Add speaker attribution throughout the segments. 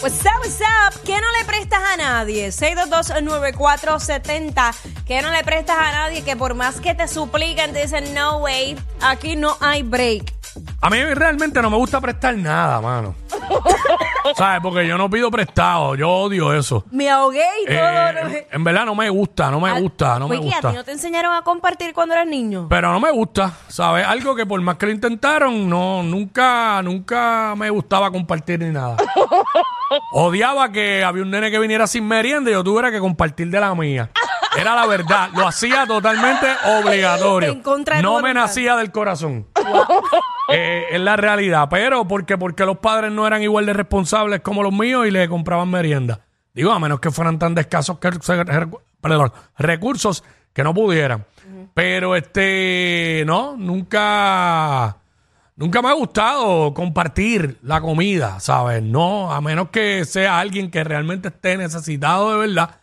Speaker 1: What's up, what's up? ¿Qué no le prestas a nadie? 622-9470. ¿Qué no le prestas a nadie? Que por más que te suplican, te dicen, no way, aquí no hay break.
Speaker 2: A mí realmente no me gusta prestar nada, mano. ¿Sabes? Porque yo no pido prestado, yo odio eso.
Speaker 1: Me ahogué y todo.
Speaker 2: Eh,
Speaker 1: no me-
Speaker 2: en, en verdad no me gusta, no me gusta, no me
Speaker 1: Wiki, ¿a ti
Speaker 2: gusta.
Speaker 1: no te enseñaron a compartir cuando eras niño?
Speaker 2: Pero no me gusta, ¿sabes? Algo que por más que lo intentaron, no, nunca, nunca me gustaba compartir ni nada. Odiaba que había un nene que viniera sin merienda y yo tuviera que compartir de la mía. Era la verdad, lo hacía totalmente obligatorio.
Speaker 1: En contra de tu
Speaker 2: no me
Speaker 1: voluntad.
Speaker 2: nacía del corazón. Eh, es la realidad, pero porque porque los padres no eran igual de responsables como los míos y le compraban merienda. Digo, a menos que fueran tan descasos que se- recu- perdón, recursos que no pudieran. Pero este, no, nunca nunca me ha gustado compartir la comida, ¿sabes? No, a menos que sea alguien que realmente esté necesitado de verdad.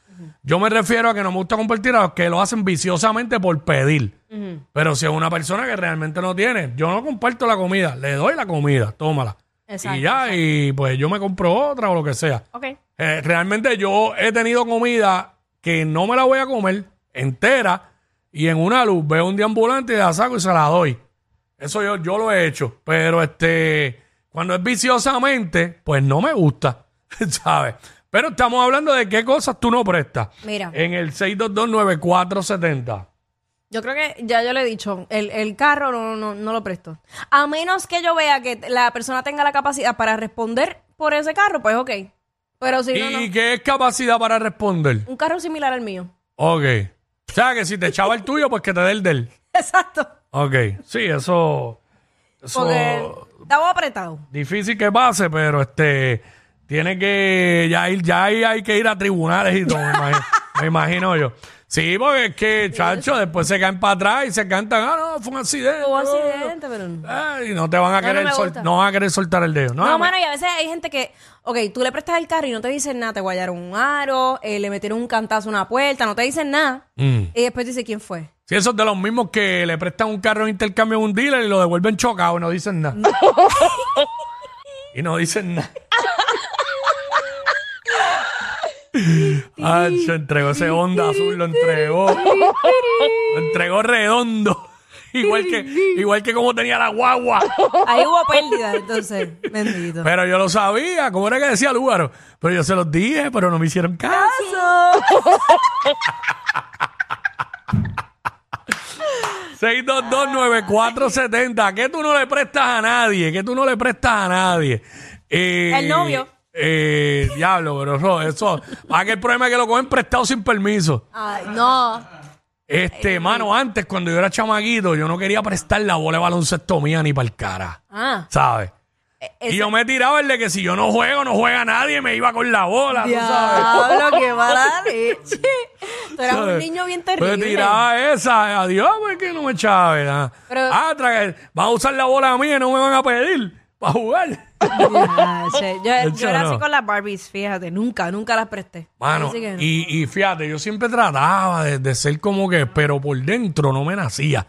Speaker 2: Yo me refiero a que no me gusta compartir a los que lo hacen viciosamente por pedir. Pero si es una persona que realmente no tiene, yo no comparto la comida, le doy la comida, tómala.
Speaker 1: Exacto,
Speaker 2: y ya, y pues yo me compro otra o lo que sea.
Speaker 1: Ok.
Speaker 2: Eh, realmente yo he tenido comida que no me la voy a comer entera y en una luz veo un deambulante y la saco y se la doy. Eso yo, yo lo he hecho, pero este, cuando es viciosamente, pues no me gusta, ¿sabes? Pero estamos hablando de qué cosas tú no prestas.
Speaker 1: Mira.
Speaker 2: En el 6229470.
Speaker 1: Yo creo que ya yo le he dicho, el, el carro no, no, no lo presto. A menos que yo vea que la persona tenga la capacidad para responder por ese carro, pues ok. Pero si no, no.
Speaker 2: ¿Y qué es capacidad para responder?
Speaker 1: Un carro similar al mío.
Speaker 2: Ok. O sea, que si te echaba el tuyo, pues que te dé el del.
Speaker 1: Exacto.
Speaker 2: Ok. Sí, eso... Eso...
Speaker 1: Porque estaba apretado.
Speaker 2: difícil que pase, pero este tiene que ya ir, ya ahí hay que ir a tribunales y todo, me imagino, me imagino yo. Sí, porque es que, chacho, después se caen para atrás y se cantan, ah, no, fue un accidente.
Speaker 1: Hubo
Speaker 2: oh,
Speaker 1: accidente, pero no.
Speaker 2: eh, y no te van a
Speaker 1: No,
Speaker 2: querer
Speaker 1: no me
Speaker 2: sol-
Speaker 1: gusta.
Speaker 2: no van a querer soltar el dedo. No,
Speaker 1: No,
Speaker 2: a mí-
Speaker 1: mano, y a veces hay gente que, ok, tú le prestas el carro y no te dicen nada, te guayaron un aro, eh, le metieron un cantazo a una puerta, no te dicen nada.
Speaker 2: Mm.
Speaker 1: Y después dice quién fue.
Speaker 2: Sí, esos de los mismos que le prestan un carro en intercambio a un dealer y lo devuelven chocado y no dicen nada. y no dicen nada. Ah, se entregó ese onda azul, lo entregó. lo entregó redondo. igual que, igual que como tenía la guagua.
Speaker 1: Ahí hubo pérdida, entonces, bendito.
Speaker 2: Pero yo lo sabía, como era que decía Lúgaro. Pero yo se los dije, pero no me hicieron caso.
Speaker 1: Eso.
Speaker 2: 6229470. ¿Qué tú no le prestas a nadie? ¿Qué tú no le prestas a nadie? Eh,
Speaker 1: El novio.
Speaker 2: eh, diablo, pero eso, eso. Más que el problema es que lo cogen prestado sin permiso.
Speaker 1: Ay, no.
Speaker 2: Este, mano, antes, cuando yo era chamaguito, yo no quería prestar la bola de baloncesto mía ni para el cara.
Speaker 1: Ah.
Speaker 2: ¿Sabes?
Speaker 1: ese-
Speaker 2: Y yo me tiraba el de que si yo no juego, no juega nadie, me iba con la bola, ¿tú sabes?
Speaker 1: Diablo, qué mala leche. Tú eras un niño bien
Speaker 2: Me
Speaker 1: terrible.
Speaker 2: pues, tiraba esa, adiós, porque no me echaba ¿verdad?
Speaker 1: Pero-
Speaker 2: ah, tra- van a usar la bola mía y no me van a pedir para jugar.
Speaker 1: Ya, che. Yo,
Speaker 2: Eso
Speaker 1: yo era
Speaker 2: no.
Speaker 1: así con las Barbies, fíjate, nunca, nunca las presté.
Speaker 2: Mano,
Speaker 1: Así que no.
Speaker 2: y, y fíjate, yo siempre trataba de, de ser como que, pero por dentro no me nacía.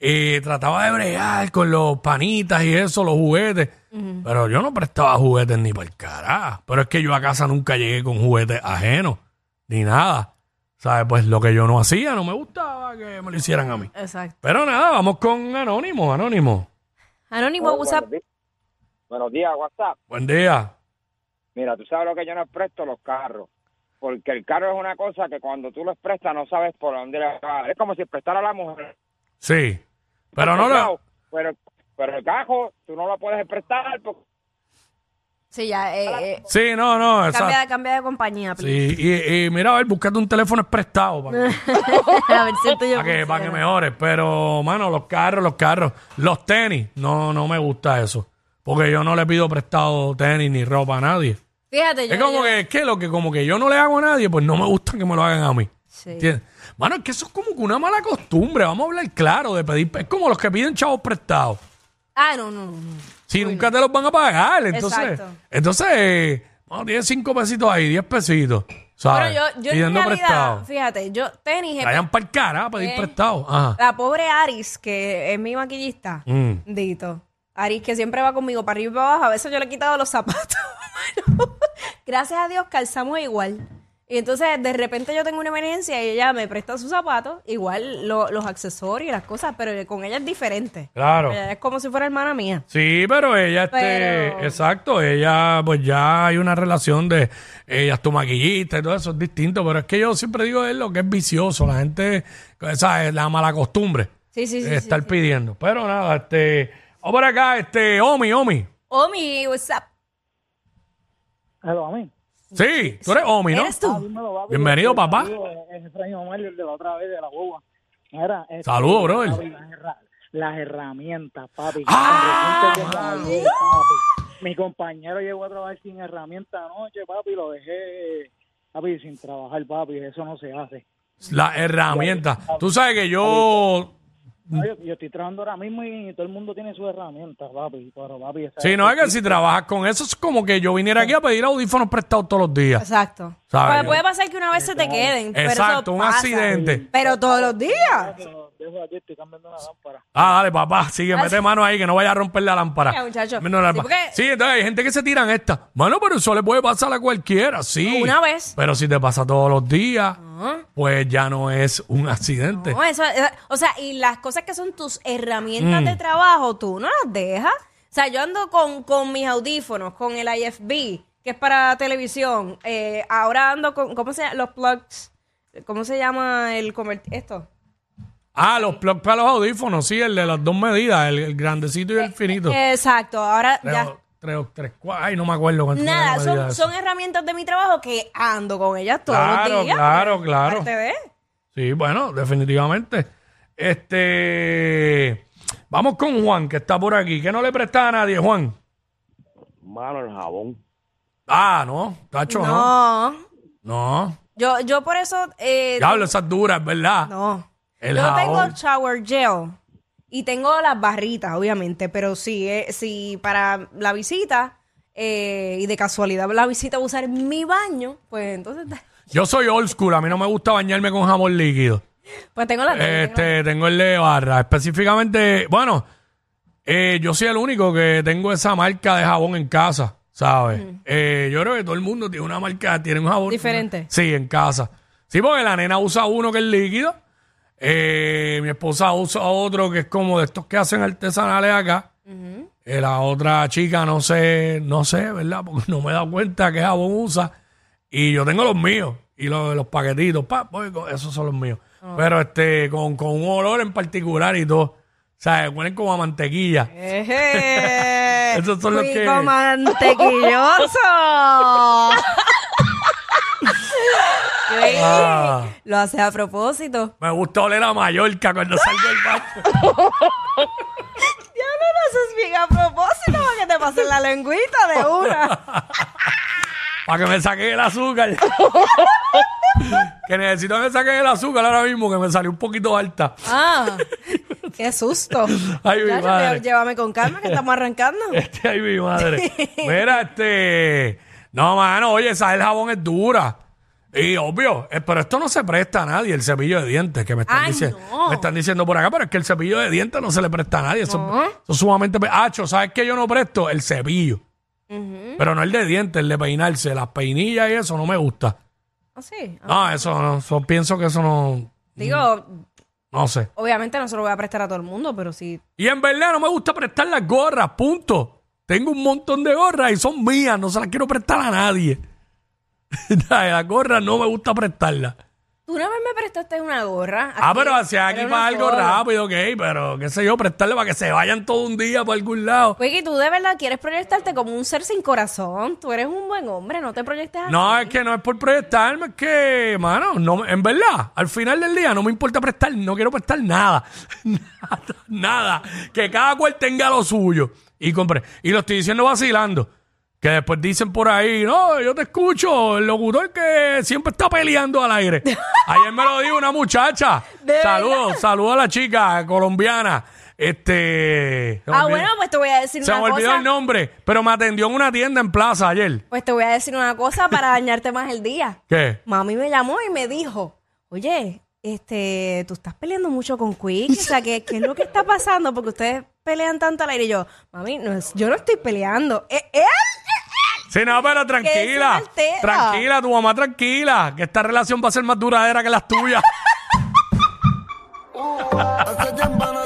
Speaker 2: Eh, trataba de bregar con los panitas y eso, los juguetes. Pero yo no prestaba juguetes ni para el carajo. Pero es que yo a casa nunca llegué con juguetes ajenos, ni nada. ¿Sabes? Pues lo que yo no hacía, no me gustaba que me lo hicieran a mí.
Speaker 1: Exacto.
Speaker 2: Pero nada, vamos con Anónimo, Anónimo.
Speaker 1: Anónimo,
Speaker 3: Buenos
Speaker 1: usa...
Speaker 3: di- Buenos días, WhatsApp.
Speaker 2: Buen día.
Speaker 3: Mira, tú sabes lo que yo no presto los carros. Porque el carro es una cosa que cuando tú lo prestas no sabes por dónde le va. a dar. Es como si prestara a la mujer.
Speaker 2: Sí. Pero no lo...
Speaker 3: Pero, pero el carro tú no lo puedes prestar porque
Speaker 1: Sí, ya, eh, eh,
Speaker 2: Sí, no, no.
Speaker 1: Cambia,
Speaker 2: Exacto.
Speaker 1: de- cambia de compañía, please.
Speaker 2: Sí, y, y mira, a ver, búscate un teléfono es prestado para que,
Speaker 1: A ver si el tuyo
Speaker 2: para que, para que
Speaker 1: funciona.
Speaker 2: mejores. Pero, mano, los carros, los carros, los tenis, no, no me gusta eso. Porque yo no le pido prestado tenis ni ropa a nadie.
Speaker 1: Fíjate, yo.
Speaker 2: Es como
Speaker 1: yo-
Speaker 2: que, es que lo que como que yo no le hago a nadie, pues no me gusta que me lo hagan a mí.
Speaker 1: Sí.
Speaker 2: ¿Entiendes? Mano, es que eso es como que una mala costumbre. Vamos a hablar claro de pedir. Es como los que piden chavos prestados.
Speaker 1: Ah, no, no, no.
Speaker 2: Si nunca te los van a pagar. Entonces,
Speaker 1: Exacto.
Speaker 2: entonces eh, mano, tienes cinco pesitos ahí, diez pesitos. ¿Sabes?
Speaker 1: Pero yo, yo en
Speaker 2: Pidiendo
Speaker 1: realidad,
Speaker 2: prestado.
Speaker 1: fíjate, yo tenis,
Speaker 2: Vayan para el cara a pedir
Speaker 1: Eh.
Speaker 2: prestado. Ajá.
Speaker 1: la pobre Aris, que es mi maquillista,
Speaker 2: Mm.
Speaker 1: Dito. Aris, que siempre va conmigo para arriba y para abajo, a veces yo le he quitado los zapatos. mano. Gracias a Dios calzamos igual. Y entonces, de repente yo tengo una emergencia y ella me presta sus zapatos, igual lo- los accesorios y las cosas, pero con ella es diferente.
Speaker 2: Claro.
Speaker 1: Ella es como si fuera hermana mía.
Speaker 2: Sí, pero ella, este,
Speaker 1: Eh. Pero-
Speaker 2: exacto, ella, pues ya hay una relación de, ella es tu maquillista y todo eso, es distinto, pero es que yo siempre digo es lo que es vicioso, la gente, esa es la mala costumbre,
Speaker 1: Sí, sí, sí.
Speaker 2: de
Speaker 1: sí.
Speaker 2: estar pidiendo. Pero nada, este, vamos por acá, este, Omi, Omi.
Speaker 1: Omi, what's up?
Speaker 4: Hello, a mí.
Speaker 2: Sí, tú eres Omi, ¿no?
Speaker 1: ¿Eres tú?
Speaker 4: Dímelo, papi.
Speaker 2: Bienvenido, papá.
Speaker 4: Es Efraín eh, Omar, el de la otra vez, de la boba. Mira, este,
Speaker 2: Saludos, brother.
Speaker 4: papi, Las, herra- las herramientas, papi.
Speaker 2: ¡Ah!
Speaker 4: Con resortes de papi. Mi compañero llegó a trabajar sin herramienta anoche, papi, lo dejé, papi, sin trabajar, papi. Eso no se hace.
Speaker 2: La herramienta. Tú sabes que yo, Mm.
Speaker 4: No, Yo, yo estoy trabajando ahora mismo y todo el mundo tiene sus herramientas, papi. Pero, papi, esa-
Speaker 2: si no es que si trabajas con eso, es como que yo viniera aquí a pedir audífonos prestados todos los días.
Speaker 1: Exacto.
Speaker 2: ¿Sabes?
Speaker 1: Pues puede pasar que una vez se te queden. pero eso
Speaker 2: Exacto, un
Speaker 1: pasa.
Speaker 2: accidente.
Speaker 1: Pero todos los días.
Speaker 4: Pero Dejo aquí, estoy cambiando una lámpara.
Speaker 2: Ah, dale, papá, sigue, mete mano ahí que no vaya a romper la lámpara.
Speaker 1: Mira, muchacho.
Speaker 2: Menos la
Speaker 1: Sí,
Speaker 2: lámpara.
Speaker 1: porque-
Speaker 2: Sí, entonces hay gente que se tiran esta. Bueno, pero eso le puede pasar a cualquiera, sí.
Speaker 1: Una vez. Ah.
Speaker 2: Pero si te pasa todos los días, pues ya no es un accidente.
Speaker 1: No, eso- eh, o sea, y las cosas que son tus herramientas
Speaker 2: Mm.
Speaker 1: de trabajo, tú no las dejas. O sea, yo ando con, con mis audífonos, con el IFB, que es para televisión. Eh, ahora ando con, ¿cómo se llama? Los plugs. ¿Cómo se llama el convert- esto?
Speaker 2: Ah, los plugs para los audífonos, sí, el de las dos medidas, el, el grandecito y el finito.
Speaker 1: Exacto, ahora
Speaker 2: Tres,
Speaker 1: Eh, ya.
Speaker 2: tres, tres, cuatro. Ay, no me acuerdo cuánto era la
Speaker 1: Nada,
Speaker 2: medida de
Speaker 1: son,
Speaker 2: eso.
Speaker 1: son herramientas de mi trabajo que ando con ellas todos
Speaker 2: Claro,
Speaker 1: los días.
Speaker 2: claro, claro.
Speaker 1: Parte de-
Speaker 2: Sí, bueno, definitivamente. Este. Vamos con Juan, que está por aquí. Que no le presta a nadie, Juan.
Speaker 5: Mano, el jabón.
Speaker 2: Ah, no, Tacho, no.
Speaker 1: No.
Speaker 2: No.
Speaker 1: Yo, yo por eso. eh,
Speaker 2: Diablo, esas duras, ¿verdad?
Speaker 1: No.
Speaker 2: El
Speaker 1: yo
Speaker 2: jabón.
Speaker 1: tengo shower gel y tengo las barritas, obviamente, pero si, eh, si para la visita eh, y de casualidad la visita va a usar mi baño, pues entonces
Speaker 2: Yo soy old school, a mí no me gusta bañarme con jabón líquido.
Speaker 1: pues tengo la
Speaker 2: Este, tengo el de barra. Específicamente, bueno, eh, yo soy el único que tengo esa marca de jabón en casa, ¿sabes? Eh, yo creo que todo el mundo tiene una marca, tiene un jabón.
Speaker 1: Diferente.
Speaker 2: Sí, en casa. Sí, porque la nena usa uno que es líquido. Eh, mi esposa usa otro que es como de estos que hacen artesanales acá. Eh, la otra chica, no sé, no sé, ¿verdad? Porque no me he dado cuenta qué jabón usa. Y yo tengo los míos y lo- los, paquetitos, pa, voy con- esos son los míos. Pero este, con, con un olor en particular y todo. O sea, huelen como a mantequilla.
Speaker 1: Eje.
Speaker 2: Esos son los
Speaker 1: Fui
Speaker 2: que-
Speaker 1: con mantequilloso. Sí,
Speaker 2: Ah,
Speaker 1: Lo hace a propósito.
Speaker 2: me gusta oler a Mallorca cuando salgo del baño.
Speaker 1: Ya no lo haces bien a propósito para que te pasen la lengüita de una.
Speaker 2: para que me saquen el azúcar. que necesito que me saquen el azúcar ahora mismo, que me salió un poquito alta.
Speaker 1: Ah, qué susto.
Speaker 2: Ay, mi
Speaker 1: Ya, ya,
Speaker 2: madre.
Speaker 1: Llévame con calma que estamos arrancando.
Speaker 2: Este, ay, mi madre. Mira, este. No, mano, oye, esa el jabón es dura. Y obvio, eh, pero esto no se presta a nadie, el cepillo de dientes que me están,
Speaker 1: Ay,
Speaker 2: diciendo,
Speaker 1: no.
Speaker 2: me están diciendo por acá, pero es que el cepillo de dientes no se le presta a nadie. Eso, eso es sumamente. pe- Acho, ¿sabes qué yo no presto? El cepillo. Pero no el de dientes, el de peinarse, las peinillas y eso no me gusta.
Speaker 1: Ah, sí. Ah,
Speaker 2: No, eso no, eso- pienso que eso no,
Speaker 1: Digo,
Speaker 2: no sé.
Speaker 1: obviamente no se lo voy a prestar a todo el mundo, pero sí.
Speaker 2: Y en verdad no me gusta prestar las gorras, punto. Tengo un montón de gorras y son mías, no se las quiero prestar a nadie. las gorras no me gusta prestarlas.
Speaker 1: Tú una vez me prestaste una gorra.
Speaker 2: Ah,
Speaker 1: aquí,
Speaker 2: pero hacia aquí
Speaker 1: era
Speaker 2: para
Speaker 1: una
Speaker 2: algo
Speaker 1: sola.
Speaker 2: rápido, ok, pero qué sé yo, prestarle para que se vayan todo un día para algún lado.
Speaker 1: Oye, que tú de verdad quieres proyectarte como un ser sin corazón. Tú eres un buen hombre, no te proyectes así.
Speaker 2: No, es que no es por proyectarme, es que, mano, no, en verdad, al final del día no me importa prestar, no quiero prestar nada. nada, nada. Que cada cual tenga lo suyo. y compré. Y lo estoy diciendo vacilando. Que después dicen por ahí, no, yo te escucho, el locutor que siempre está peleando al aire. Ayer me lo dijo una muchacha.
Speaker 1: ¿De
Speaker 2: Saludos, saludos a la chica colombiana. Este. se me
Speaker 1: Ah,
Speaker 2: olvidó-
Speaker 1: bueno, pues te voy a decir
Speaker 2: Se me
Speaker 1: una
Speaker 2: olvidó
Speaker 1: cosa.
Speaker 2: el nombre, pero me atendió en una tienda en plaza ayer.
Speaker 1: Pues te voy a decir una cosa para dañarte más el día.
Speaker 2: ¿Qué?
Speaker 1: Mami me llamó y me dijo, oye, este, tú estás peleando mucho con Quick, o sea, ¿qué, qué es lo que está pasando? Porque ustedes pelean tanto al aire. Y yo, mami, no es- yo no estoy peleando. ¿Es él?
Speaker 2: Sí, no, pero
Speaker 1: Que es una
Speaker 2: tranquila.
Speaker 1: altera.
Speaker 2: Tranquila, tu mamá tranquila. Que esta relación va a ser más duradera que las tuyas.
Speaker 6: Hace tiempo no